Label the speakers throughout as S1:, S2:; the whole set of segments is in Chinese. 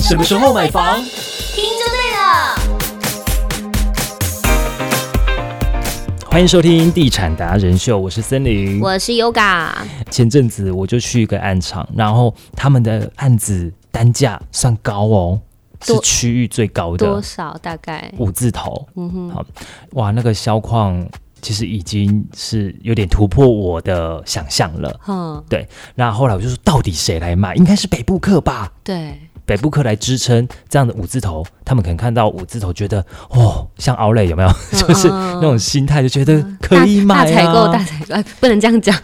S1: 什么时候买房？
S2: 听就对了。
S3: 欢迎收听《地产达人秀》，我是森林。
S2: 我是 Yoga，
S3: 前阵子我就去一个案场，然后他们的案子单价算高哦，是
S2: 多
S3: 区域最高
S2: 多
S3: 的
S2: 少大概？
S3: 五字头。
S2: 嗯哼，
S3: 好，哇，那个销况其实已经是有点突破我的想象了。
S2: 哼，
S3: 那后来我就说，到底谁来买？应该是北部客吧？
S2: 对，
S3: 北部客来支撑这样的五字头，他们可能看到五字头，觉得哦，像奥莱有没有？
S2: 嗯
S3: 就是那种心态，就觉得可以买、啊
S2: 大采购，大采购，哎不能这样讲。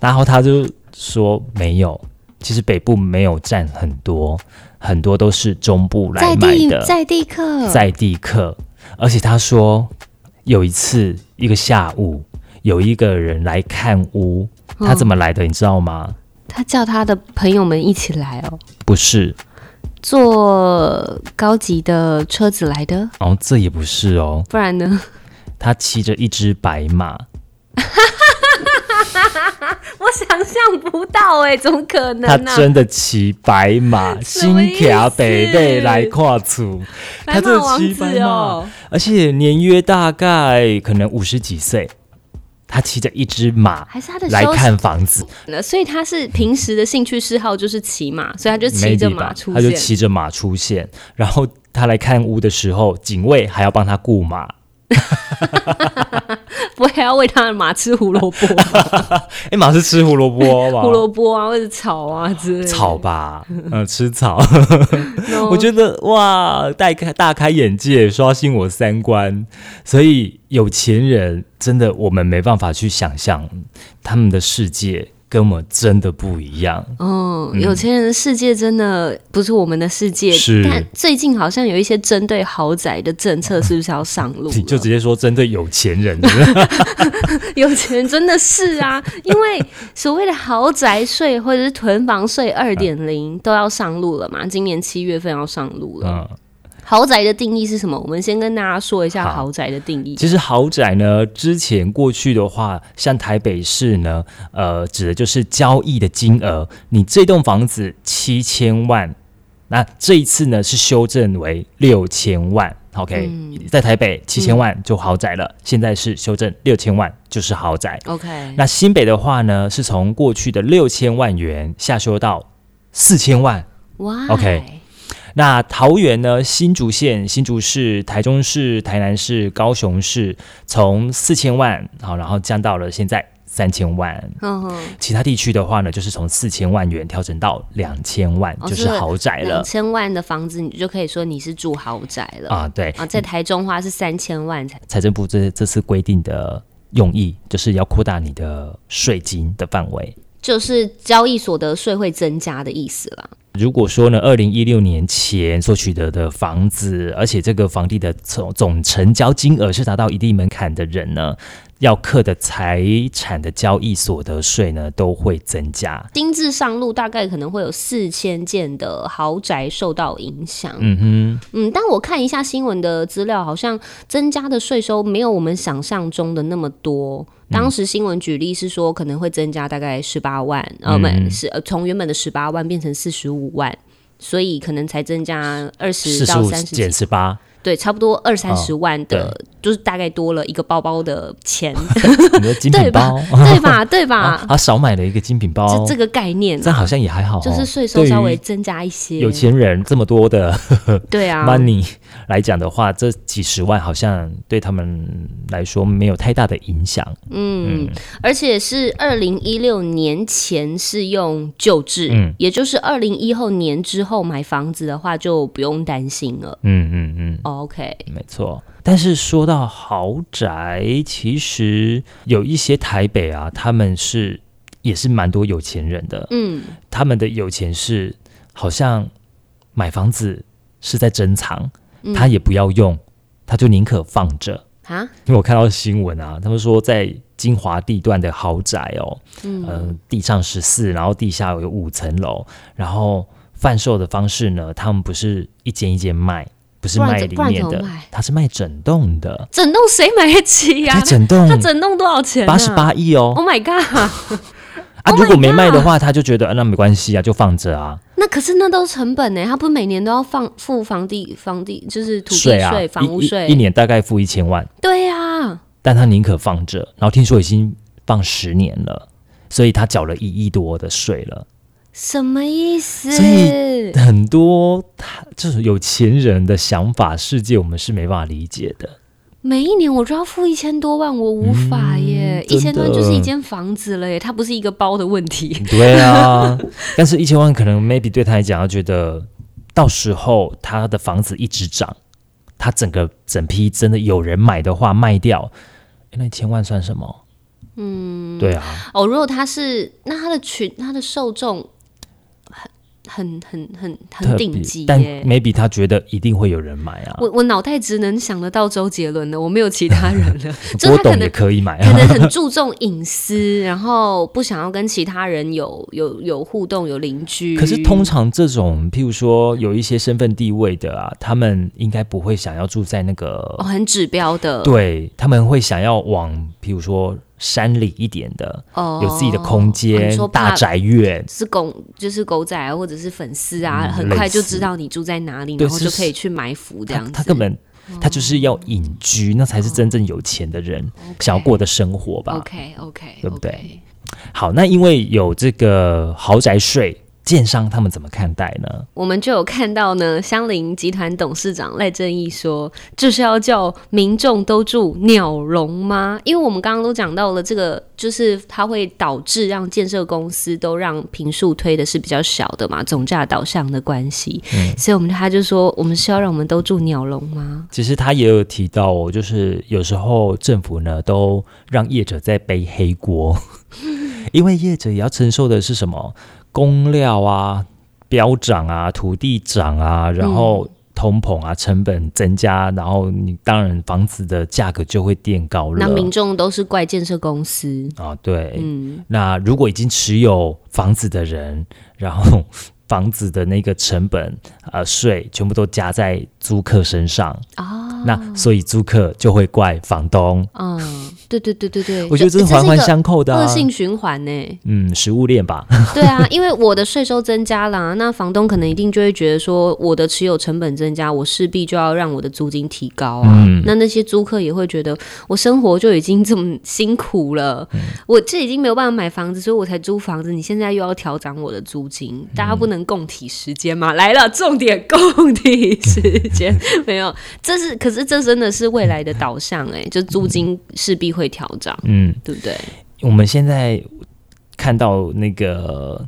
S3: 然后他就说没有，其实北部没有占很多，很多都是中部来
S2: 在
S3: 买
S2: 地
S3: 的
S2: 在地客，
S3: 在地客。而且他说有一次一个下午，有一个人来看屋，
S2: 嗯
S3: 他怎么来的你知道吗？
S2: 他叫他的朋友们一起来哦，
S3: 不是，
S2: 坐高级的车子来的，
S3: 然、后这也不是哦，
S2: 不然呢？
S3: 他骑着一只白马，
S2: 我想象不到哎，怎么可
S3: 他
S2: 能呢？
S3: 真的骑白马，
S2: 什么
S3: 新
S2: 意思
S3: 条北北来跨处，他
S2: 白
S3: 真
S2: 马
S3: 的
S2: 王
S3: 骑
S2: 子
S3: 白马
S2: 哦，
S3: 而且年约大概可能五十几岁，他骑着一只马
S2: 还是他的
S3: 来
S2: 休闲
S3: 看房子，
S2: 那所以他是平时的兴趣嗜好就是骑马，所以他就骑着
S3: maybe 吧
S2: 马出
S3: 他就
S2: 现。
S3: 骑着马出现，然后他来看屋的时候，警卫还要帮他雇马。
S2: 不会还要喂他的马吃胡萝卜、啊
S3: 哎，马是吃胡萝卜吧？
S2: 胡萝卜啊，或者草啊之类的。
S3: 草吧，嗯，吃草。
S2: No，
S3: 我觉得哇，大开大开眼界，刷新我三观。所以有钱人真的我们没办法去想象他们的世界跟我们真的不一样。
S2: 嗯，有钱人的世界真的不是我们的世界。
S3: 是
S2: 但最近好像有一些针对豪宅的政策，是不是要上路了？
S3: 你 就直接说针对有钱 人，对不对
S2: 有钱人真的是 啊，因为所谓的豪宅税或者是囤房税二点
S3: 啊
S2: 零都要上路了嘛，今年七月份要上路了。
S3: 嗯，
S2: 豪宅的定义是什么？我们先跟大家说一下
S3: 好
S2: 豪宅的定义。
S3: 其实豪宅呢，之前过去的话，像台北市呢，呃，指的就是交易的金额，你这栋房子七千万，那这一次呢是修正为六千万。OK，、在台北七千万就豪宅了，现在是修正六千万就是豪宅。
S2: OK，
S3: 那新北的话呢，是从过去的六千万元下修到四千万。
S2: 哇
S3: OK 那桃园呢？新竹县、新竹市、台中市、台南市、高雄市，从四千万好，然后降到了现在三千万。
S2: 嗯哼，
S3: 其他地区的话呢，就是从四千万元调整到两千万，
S2: 哦
S3: 就是豪宅了
S2: 两千万的房子，你就可以说你是住豪宅了
S3: 啊。对，
S2: 啊，在台中花是三千万才
S3: 财政部这这次规定的用意，就是要扩大你的税金的范围。
S2: 就是交易所得税会增加的意思啦。
S3: 如果说呢，二零一六年前所取得的房子，而且这个房地的总总成交金额是达到一定门槛的人呢，要课的财产的交易所得税呢都会增加。
S2: 丁字上路大概可能会有四千件的豪宅受到影响。
S3: 嗯哼，
S2: 嗯，但我看一下新闻的资料，好像增加的税收没有我们想象中的那么多。当时新闻举例是说，可能会增加大概十八万，呃，不、
S3: 嗯
S2: 是呃从原本的十八万变成四十五万，所以可能才增加二
S3: 四十
S2: 十到
S3: 五
S2: 三十
S3: 减十 八，
S2: 对，差不多二三十万的，
S3: 哦
S2: 就是大概多了一个包包的 钱，
S3: 你的精品包
S2: 对吧？对吧？
S3: 啊，少买了一个精品包，
S2: 这这个概念啊
S3: 这样好像也还哦好、哦，
S2: 就是税收稍微
S3: 对
S2: 增加一些，
S3: 于有钱人这么多的
S2: 对啊，
S3: money 来讲的话，这几十万好像对他们来说没有太大的影响。
S2: 嗯，而且是二零一六年前是用旧制，
S3: 嗯
S2: 也就是二零一后年之后买房子的话就不用担心了。哦
S3: 嗯嗯嗯。
S2: OK，
S3: 没错，但是说到豪宅，其实有一些台北啊，他们是也是蛮多有钱人的，
S2: 嗯，
S3: 他们的有钱是好像买房子是在珍藏，
S2: 嗯
S3: 他也不要用，他就宁可放着。
S2: 啊，
S3: 因为我看到新闻啊，他们说在金华地段的豪宅哦，嗯、地上十四，然后地下有五层楼，然后贩售的方式呢，他们不是一间一间卖，不是
S2: 不然
S3: 卖
S2: 怎
S3: 里
S2: 不然
S3: 面
S2: 怎么
S3: 的
S2: 卖，
S3: 他是卖整栋的，
S2: 整栋谁买得起呀、
S3: 对，整栋
S2: 他整栋多少钱、啊？
S3: 八十。八亿哦，
S2: Oh my god！
S3: 啊，
S2: Oh my
S3: 如果没卖的话，他就觉得、啊那没关系啊，就放着啊，
S2: 那那可是那都是成本呢，他不是每年都要放付房地房地就是土地税、
S3: 啊，
S2: 房屋
S3: 一一
S2: 税
S3: 一，年大概付一千万，
S2: 对啊呀，
S3: 但他宁可放着，然后听说已经放十年了，所以他缴了一亿多的税了。
S2: 什么意思？
S3: 所很多他就是有钱人的想法世界，我们是没办法理解的。
S2: 每一年我都要付一千多万，我无法耶！
S3: 嗯真的
S2: 一千多万就是一间房子了耶，它不是一个包的问题。
S3: 对啊，但是一千万可能 maybe 对他来讲，他觉得到时候他的房子一直涨，他整个整批真的有人买的话卖掉，哎诶那一千万算什么？嗯，对啊，
S2: 哦，如果它是那它的群，它的受众很很很很
S3: 特别
S2: 很顶级
S3: 但
S2: 耶。
S3: maybe 他觉得一定会有人买啊，
S2: 我我脑袋只能想得到周杰伦了，我没有其他人了。 就是
S3: 郭
S2: 他可
S3: 董
S2: 能
S3: 也可以买
S2: 可
S3: 啊。
S2: 能很注重隐私，然后不想要跟其他人有有有互动，有邻 居。
S3: 可是通常这种，譬如说有一些身份地位的啊，他们应该不会想要住在那个，
S2: 哦，很指标的，
S3: 对他们会想要往，譬如说山里一点的，
S2: 哦，
S3: 有自己的空
S2: 哦你
S3: 间
S2: 说、怕
S3: 大宅院，
S2: 是狗，就是狗仔啊，或者是粉丝啊，
S3: 嗯
S2: 很快就知道你住在哪里，
S3: 对
S2: 然后就
S3: 就是
S2: 可以去埋伏这
S3: 他
S2: 样子。嗯
S3: 他根本他就是要隐居，那才是真正有钱的人想要过的生活吧。
S2: 哦 OK OK，
S3: 对不对？好，那因为有这个豪宅税，建商他们怎么看待呢？
S2: 我们就有看到呢，香菱集团董事长赖正义说，就是要叫民众都住鸟笼吗？因为我们刚刚都讲到了，这个就是它会导致让建设公司都让平数推的是比较小的嘛，总价导向的关系，
S3: 嗯
S2: 所以我们他就说，我们是要让我们都住鸟笼吗？
S3: 其实他也有提到哦，就是有时候政府呢都让业者在背黑 锅，因为业者也要承受的是什么工料啊、标涨啊、土地涨啊，然后通膨啊、成本增加，然后你当然房子的价格就会垫高了。
S2: 那民众都是怪建设公司，
S3: 啊，对，
S2: 嗯，
S3: 那如果已经持有房子的人，然后房子的那个成本、呃税全部都加在租客身上，
S2: 哦，
S3: 那所以租客就会怪房东。
S2: 嗯，对对对对对，
S3: 我觉得这是环环相扣的、啊
S2: 恶，性循环呢、
S3: 嗯，食物链吧，
S2: 对啊，因为我的税收增加啦， 那房东可能一定就会觉得说，我的持有成本增加，我势必就要让我的租金提高啊。
S3: 嗯
S2: 那那些租客也会觉得，我生活就已经这么辛苦了，我这已经没有办法买房子，所以我才租房子。你现在又要调涨我的租金，大家不能共体时间吗？来了，重点共体时间没有，这是可是这真的是未来的导向哎、就租金势必会调涨，
S3: 嗯，
S2: 对不对？
S3: 我们现在看到那个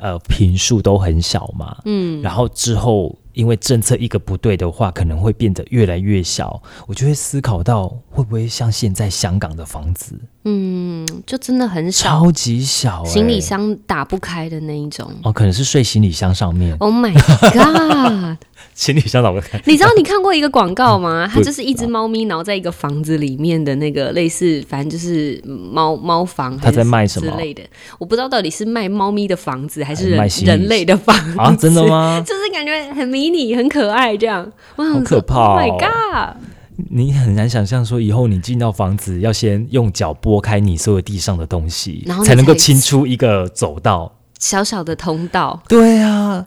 S3: 呃频数都很小嘛，嗯，然后之后因为政策一个不对的话，可能会变得越来越小。我就会思考到，会不会像现在香港的房子
S2: 嗯，就真的很少
S3: 超级小、欸，
S2: 行李箱打不开的那一种。
S3: 哦，可能是睡行李箱上面，
S2: Oh my god！
S3: 行李箱老不开，
S2: 你知道你看过一个广告吗？它
S3: 不
S2: 就是一只猫咪，然后在一个房子里面的那个类似，反正就是猫猫房，
S3: 它在卖什么
S2: 之类的？我不知道到底是卖猫咪的房子，还
S3: 还是
S2: 是
S3: 卖
S2: 人
S3: 行李
S2: 人类的房子
S3: 啊，真的？吗？
S2: 就是感觉很迷你、很可爱这样。哇，
S3: 好可怕哦
S2: o h my god！
S3: 你很难想象说以后你进到房子要先用脚拨开你所有地上的东西
S2: 然后，你
S3: 才能够
S2: 才
S3: 清出一个走道。
S2: 小小的通道，
S3: 对啊，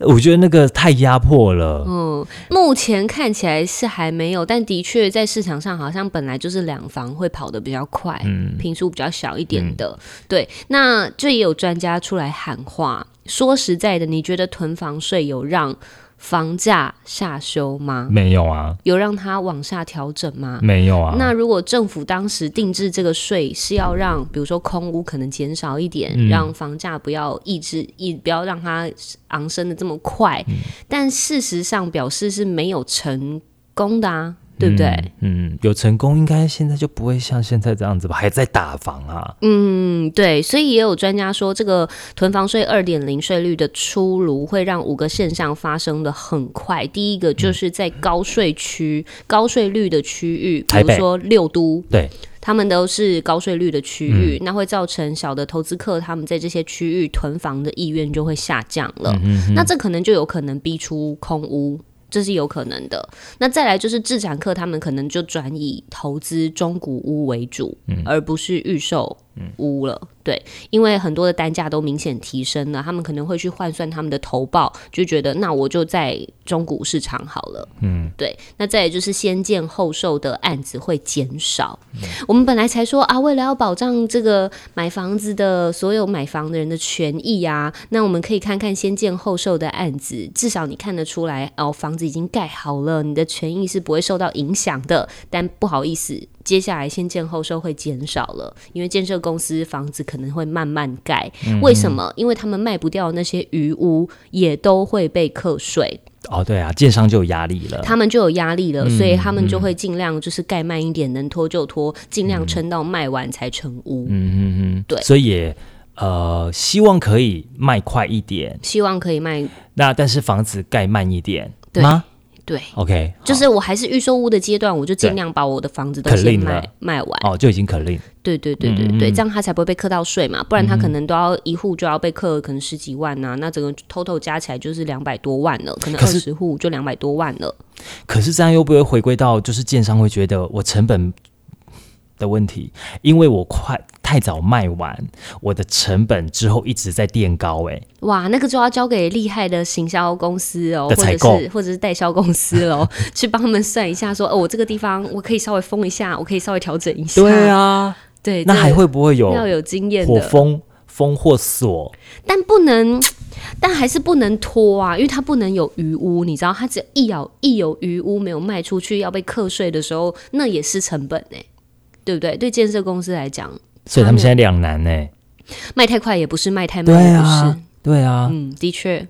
S3: 我觉得那个太压迫了。
S2: 嗯，目前看起来是还没有，但的确在市场上好像本来就是两房会跑得比较快，
S3: 嗯
S2: 平数比较小一点的。对，那这也有专家出来喊话，说实在的，你觉得囤房税有让房价下修吗？
S3: 没有啊，
S2: 有让它往下调整吗？
S3: 没有啊。
S2: 那如果政府当时定制这个税是要让，比如说空屋可能减少一点，
S3: 嗯
S2: 让房价不要抑制，抑不要让它昂升的这么快，
S3: 嗯
S2: 但事实上表示是没有成功的啊，对不对？
S3: 嗯？嗯，有成功应该现在就不会像现在这样子吧？还在打房啊？
S2: 嗯，对，所以也有专家说，这个囤房税二点零税率的出炉，会让五个现象发生的很快。第一个就是在高税区、高税率的区域，比
S3: 台
S2: 如
S3: 北
S2: 说六都，
S3: 对，
S2: 他们都是高税率的区域，那会造成小的投资客他们在这些区域囤房的意愿就会下降了。那这可能就有可能逼出空屋。这是有可能的。那再来就是自产客，他们可能就转以投资中古屋为主，而不是预售屋了。对，因为很多的单价都明显提升了，他们可能会去换算他们的投报，就觉得那我就在中古市场好了。嗯，对。那再也就是先建后售的案子会减少。我们本来才说啊，为了要保障这个买房子的所有买房的人的权益啊，那我们可以看看先建后售的案子，至少你看得出来哦，房子已经盖好了，你的权益是不会受到影响的。但不好意思，接下来先建后售会减少了，因为建设公司房子可能会慢慢盖。为什么？因为他们卖不掉的那些余屋，也都会被课税。
S3: 哦，对啊，建商就有压力了。
S2: 他们就有压力
S3: 嗯
S2: 了，所以他们就会尽量就是盖慢一点，能拖就拖，尽量撑到卖完才成屋。
S3: 嗯嗯嗯嗯，
S2: 对
S3: 所以也呃，希望可以卖快一点，
S2: 希望可以卖
S3: 那但是房子盖慢一点
S2: 对
S3: 吗
S2: 对，
S3: ？OK，好
S2: 就是我还是预售屋的阶段，我就尽量把我的房子都
S3: 肯
S2: 先
S3: 定嗯
S2: 卖
S3: 了
S2: 卖完。
S3: 哦，就已经可令。
S2: 对对对对对，这样他才不会被课到税嘛，不然
S3: 嗯
S2: 他可能都要一户就要被课可能十几万呐、那整个 total 加起来就是两百多万了，可能二
S3: 可是
S2: 十户就两百多万了。
S3: 可是这样又不会回归到，就是建商会觉得我成本的问题，因为我快太早卖完，我的成本之后一直在垫高、欸，
S2: 哇，那个就要交给厉害的行销公司哦，或
S3: 的
S2: 者
S3: 采购
S2: 是或者是代销公 司喽，去帮他们算一下说，哦，我这个地方我可以稍微封一下，我可以稍微调整一下。
S3: 对，啊，
S2: 对，
S3: 那
S2: 这
S3: 还会不会有
S2: 要有经验
S3: 火
S2: 的，
S3: 风？风或锁，
S2: 但不能，但还是不能拖啊，因为它不能有余屋，你知道，它只要一有一有余屋没有卖出去，要被课税的时候，那也是成本哎、对不对？对建设公司来讲，
S3: 所以他们现在两难呢、欸
S2: 卖太快也不是，卖太慢
S3: 对
S2: 也不
S3: 啊
S2: 是，，
S3: 对啊，
S2: 嗯，的确。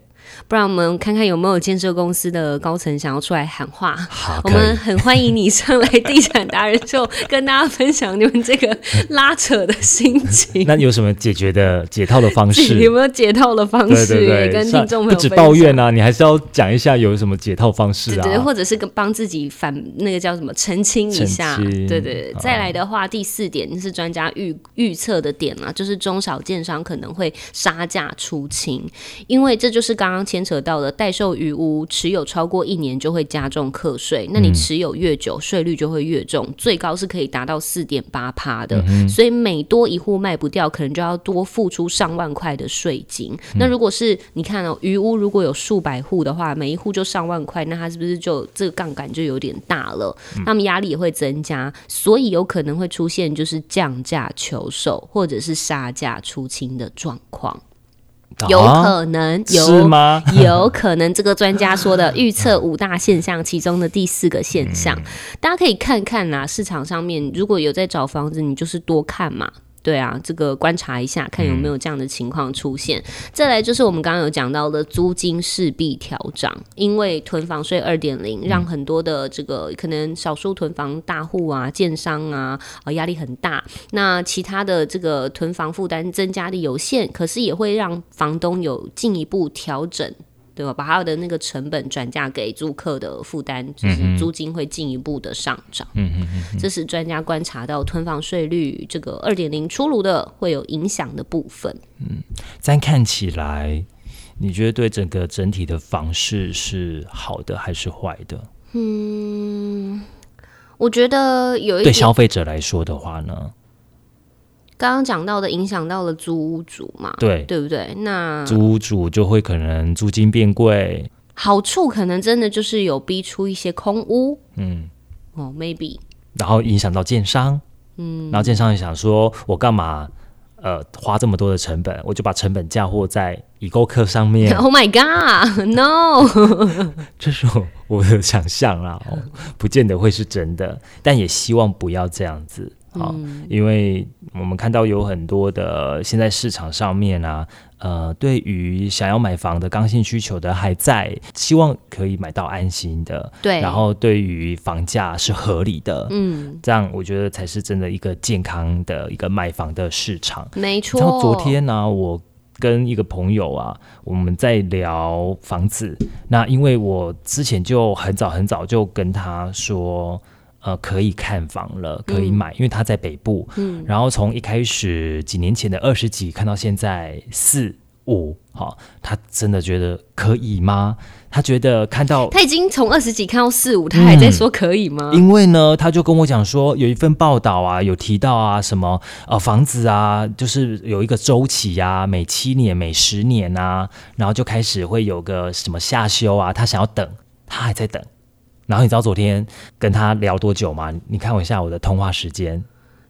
S2: 不然我们看看有没有建设公司的高层想要出来喊话。
S3: 好，
S2: 我
S3: 可
S2: 们
S3: 以。
S2: 很欢迎你上来地产达人秀， 跟大家分享你们这个拉扯的心 情。
S3: 那有什么解决的解套的方
S2: 自
S3: 式
S2: 己？有没有解套的方
S3: 对
S2: 式？
S3: 对对，
S2: 也跟
S3: 上
S2: 听众朋
S3: 不
S2: 友
S3: 止
S2: 分
S3: 抱
S2: 享。
S3: 怨啊，你还是要讲一下有什么解套方式
S2: 对
S3: 啊。
S2: 对，或者是跟帮自己反那个叫什么澄清一下，
S3: 澄清
S2: 对对对。
S3: 好
S2: 再来的话，第四点是专家预预测的点啊，就是中小建商可能会杀价出清，因为这就是刚刚牵扯到的代售余屋持有超过一年就会加重课税，
S3: 嗯
S2: 那你持有越久，税率就会越重，最高是可以达到四点八趴
S3: 嗯
S2: 的，所以每多一户卖不掉，可能就要多付出上万块的税金。
S3: 嗯
S2: 那如果是你看哦，余屋如果有数百户的话，每一户就上万块，那它是不是就这个杠杆就有点大了？那么压力也会增加，所以有可能会出现就是降价求售或者是杀价出清的状况，有
S3: 啊
S2: 可能有
S3: 是吗？
S2: 有可能这个专家说的预测五大现象其中的第四个现象，大家可以看看啦、市场上面如果有在找房子，你就是多看嘛。对啊，这个观察一下，看有没有这样的情况出现。再来就是我们刚刚有讲到的租金势必调涨，因为囤房税二点零让很多的这个可能少数囤房大户啊、建商啊，呃压力很大。那其他的这个囤房负担增加的有限，可是也会让房东有进一步调整。对吧？把他的那个成本转嫁给租客的负担，
S3: 嗯
S2: 就是租金会进一步的上涨。嗯嗯这是专家观察到囤房税率这个二点零出炉的会有影响的部分。
S3: 咱看起来，你觉得对整个整体的房市是好的还是坏的？
S2: 我觉得有一
S3: 对
S2: 点
S3: 消费者来说的话呢？
S2: 刚刚讲到的影响到了租屋主嘛，
S3: 对，
S2: 不对？那
S3: 租屋主就会可能租金变贵，
S2: 好处可能真的就是有逼出一些空屋，嗯，哦，maybe
S3: 然后影响到建商，嗯，然后建商也想说，我干嘛？呃，花这么多的成本，我就把成本嫁祸在已购客上 面，
S2: Oh my God，No！
S3: 这是我我的想象啦，哦不见得会是真的，但也希望不要这样子啊、因为我们看到有很多的现在市场上面啊，呃，对于想要买房的刚性需求的还在，希望可以买到安心的，
S2: 对，
S3: 然后对于房价是合理的，
S2: 嗯，
S3: 这样我觉得才是真的一个健康的一个卖房的市场。
S2: 没
S3: 你
S2: 错。
S3: 知道昨天呢、我跟一个朋友啊，我们在聊房子。那因为我之前就很早很早就跟他说，呃，可以看房了，可以买，因为他
S2: 嗯
S3: 在北部。然后从一开始几年前的二十几看到现在四五，好，他真的觉得可以吗？他觉得看到
S2: 他已经从二十几看到四五，他还
S3: 嗯
S2: 在说可以吗？
S3: 因为呢，他就跟我讲说，有一份报道啊，有提到啊，什么呃房子啊，就是有一个周期啊，每七年、每十年啊，然后就开始会有个什么下修啊，他想要等，他还在等。然后你知道昨天跟他聊多久吗？你看我一下我的通话时间，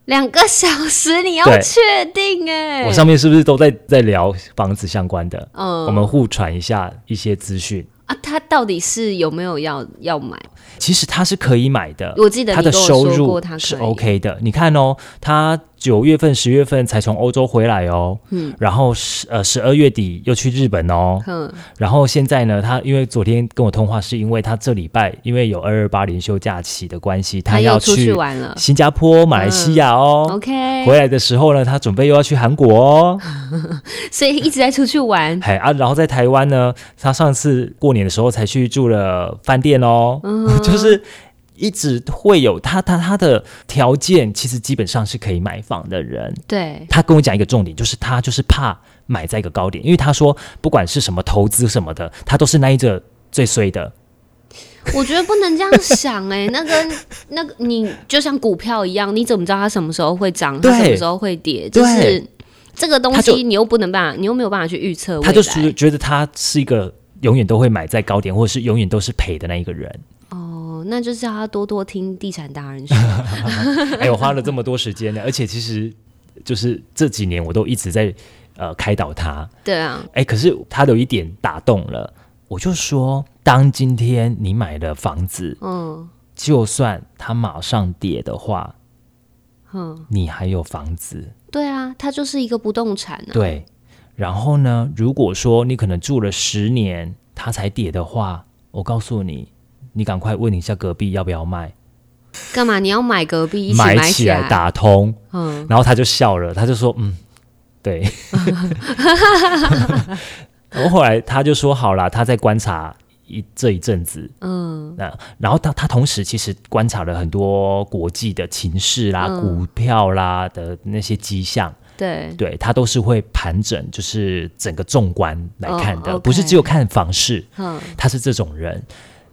S2: 两个小时你要
S3: 对
S2: 确定哎、
S3: 我上面是不是都在在聊房子相关的？
S2: 嗯
S3: 我们互传一下一些资讯。
S2: 啊，他到底是有没有要要买？
S3: 其实他是可以买的，
S2: 我记得
S3: 他
S2: 你
S3: 的
S2: 跟我说
S3: 收
S2: 过
S3: 入
S2: 他可以
S3: 是 OK 的。你看哦，他九月份、十月份才从欧洲回来哦，嗯，然后十呃十二月底又去日本 哦，
S2: 哼，
S3: 然后现在呢，他因为昨天跟我通话，是因为他这礼拜因为有二二八连休假期的关系，
S2: 他
S3: 要
S2: 又出去玩了。嗯
S3: 新加坡、马来西亚哦。
S2: OK，
S3: 回来的时候呢，他准备又要去韩国哦，
S2: 所以一直在出 去玩。
S3: 嘿啊，然后在台湾呢，他上次过年的时候才去住了饭店哦，
S2: 嗯
S3: 就是一直会有他他他的条件，其实基本上是可以买房的人。
S2: 对，
S3: 他跟我讲一个重点，就是他就是怕买在一个高点，因为他说不管是什么投资什么的，他都是那一个最衰的。
S2: 我觉得不能这样想哎、 那跟那个你就像股票一样，你怎么知道它什么时候会涨，它
S3: 对
S2: 什么时候会跌？就是
S3: 对
S2: 这个东
S3: 他就
S2: 西，你又不能办法，你又没有办法去预测未来。
S3: 他就是觉得他是一个永远都会买在高点，或者是永远都是赔的那一个人。
S2: 哦，那就是要多多听地产达人说。
S3: 哎，我花了这么多时间呢，而且其实就是这几年我都一直在呃开导他，
S2: 对啊，
S3: 哎，可是他有一点打动了，我就说，当今天你买了房子，
S2: 嗯
S3: 就算它马上跌的话，
S2: 嗯，
S3: 你还有房子，
S2: 对啊，它就是一个不动产啊。
S3: 对。然后呢，如果说你可能住了十年，它才跌的话，我告诉你，你赶快问一下隔壁要不要卖，
S2: 干嘛你要买隔壁一起买
S3: 起
S2: 来？
S3: 打通。
S2: 嗯，
S3: 然后他就笑了，他就说：“嗯， 对。”然后后来他就说：“好啦，他在观察一这一阵子，嗯，那、然后他他同时其实观察了很多国际的情势啦、
S2: 嗯
S3: 股票啦的那些迹象，
S2: 对，
S3: 对他都是会盘整，就是整个纵观来看的，
S2: 哦，OK
S3: 不是只有看房市，
S2: 嗯，
S3: 他是这种人，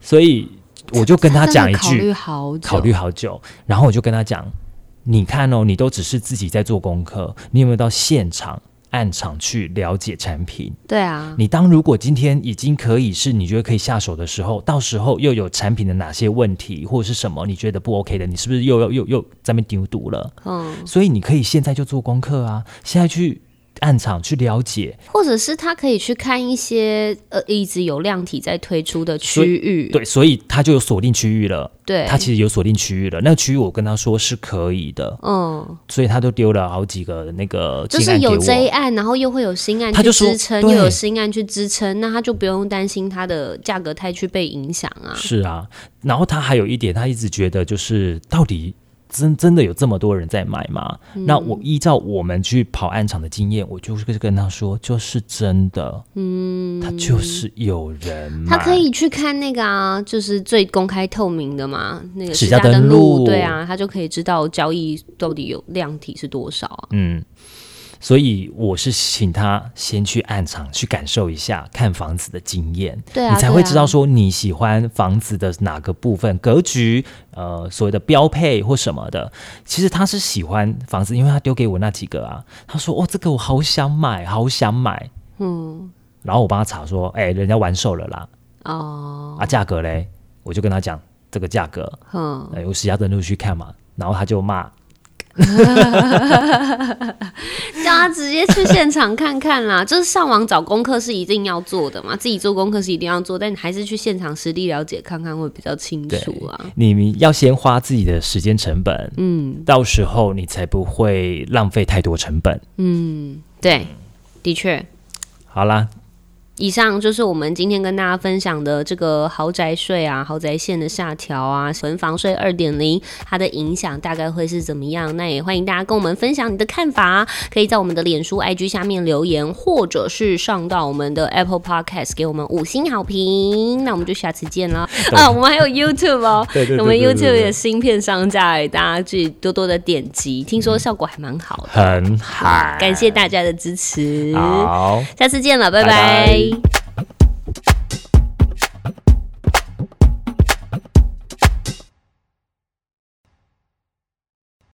S3: 所以我就跟他讲一
S2: 真的考
S3: 句，
S2: 虑哦好久，
S3: 考虑好久，然后我就跟他讲，你看哦，你都只是自己在做功课，你有没有到现场暗场去了解产品？
S2: 对啊，
S3: 你当如果今天已经可以是你觉得可以下手的时候，到时候又有产品的哪些问题或者是什么你觉得不 OK 的，你是不是又又又又在那边丢毒了？
S2: 嗯，
S3: 所以你可以现在就做功课啊，现在去暗场去了解，
S2: 或者是他可以去看一些呃一直有量体在推出的区
S3: 所以
S2: 域，
S3: 对，所以他就有锁定区域了。
S2: 对，
S3: 他其实有锁定区域了，那个区域我跟他说是可以的，
S2: 嗯，
S3: 所以他都丢了好几个那个
S2: 就
S3: 进
S2: 是
S3: 案给
S2: 有
S3: 我。
S2: 这一案，然后又会有新案
S3: 他
S2: 去
S3: 就说
S2: 支撑，又
S3: 对啊
S2: 有新案去支撑，那他就不用担心它的价格太去被影响啊。
S3: 是啊，然后他还有一点，他一直觉得就是到底真真的有这么多人在买吗？那
S2: 嗯
S3: 我依照我们去跑暗场的经验，我就是跟他说，就是真的，嗯，他就是有人买，
S2: 他可以去看那个啊，就是最公开透明的嘛，那个
S3: 史
S2: 家
S3: 家登
S2: 录，
S3: 录
S2: 对啊，他就可以知道交易到底有量体是多少啊。
S3: 嗯。所以我是请他先去暗场去感受一下看房子的经验，
S2: 对啊，
S3: 你才
S2: 对
S3: 会
S2: 啊
S3: 知道说你喜欢房子的哪个部分、格局，呃，所谓的标配或什么的。其实他是喜欢房子，因为他丢给我那几个啊，他说：“哦，这个我好想买，好想买。”
S2: 嗯
S3: 然后我帮他查说：“哎、人家完售了啦，
S2: 哦，
S3: 啊，价格嘞？”我就跟他讲这个价格，
S2: 哼，
S3: 哎、我实价登录去看嘛，然后他就骂。
S2: 叫他直接去现场看看啦。 就是上网找功课是一定要做的嘛，自己做功课是一定要做，但你还是去现场实地了解看看会比较清楚啊。
S3: 你们要先花自己的时间成本，嗯，到时候你才不会浪费太多成本。
S2: 嗯，对，的确，
S3: 好啦，
S2: 以上就是我们今天跟大家分享的这个豪宅税啊、豪宅线的下调啊、囤房税二点零，它的影响大概会是怎么样？那也欢迎大家跟我们分享你的看法、啊，可以在我们的脸书、IG 下面留言，或者是上到我们的 Apple Podcast 给我们五星好评。那我们就下次见了啊！我们还有 YouTube 哦，
S3: 对对对对
S2: 我们
S3: 对对
S2: YouTube 也新片上架了，大家去多多的点击，听说效果还蛮好的，
S3: 很好，
S2: 感谢大家的支持，
S3: 好。
S2: 下次见了，
S3: 拜
S2: 拜
S3: 拜
S2: 拜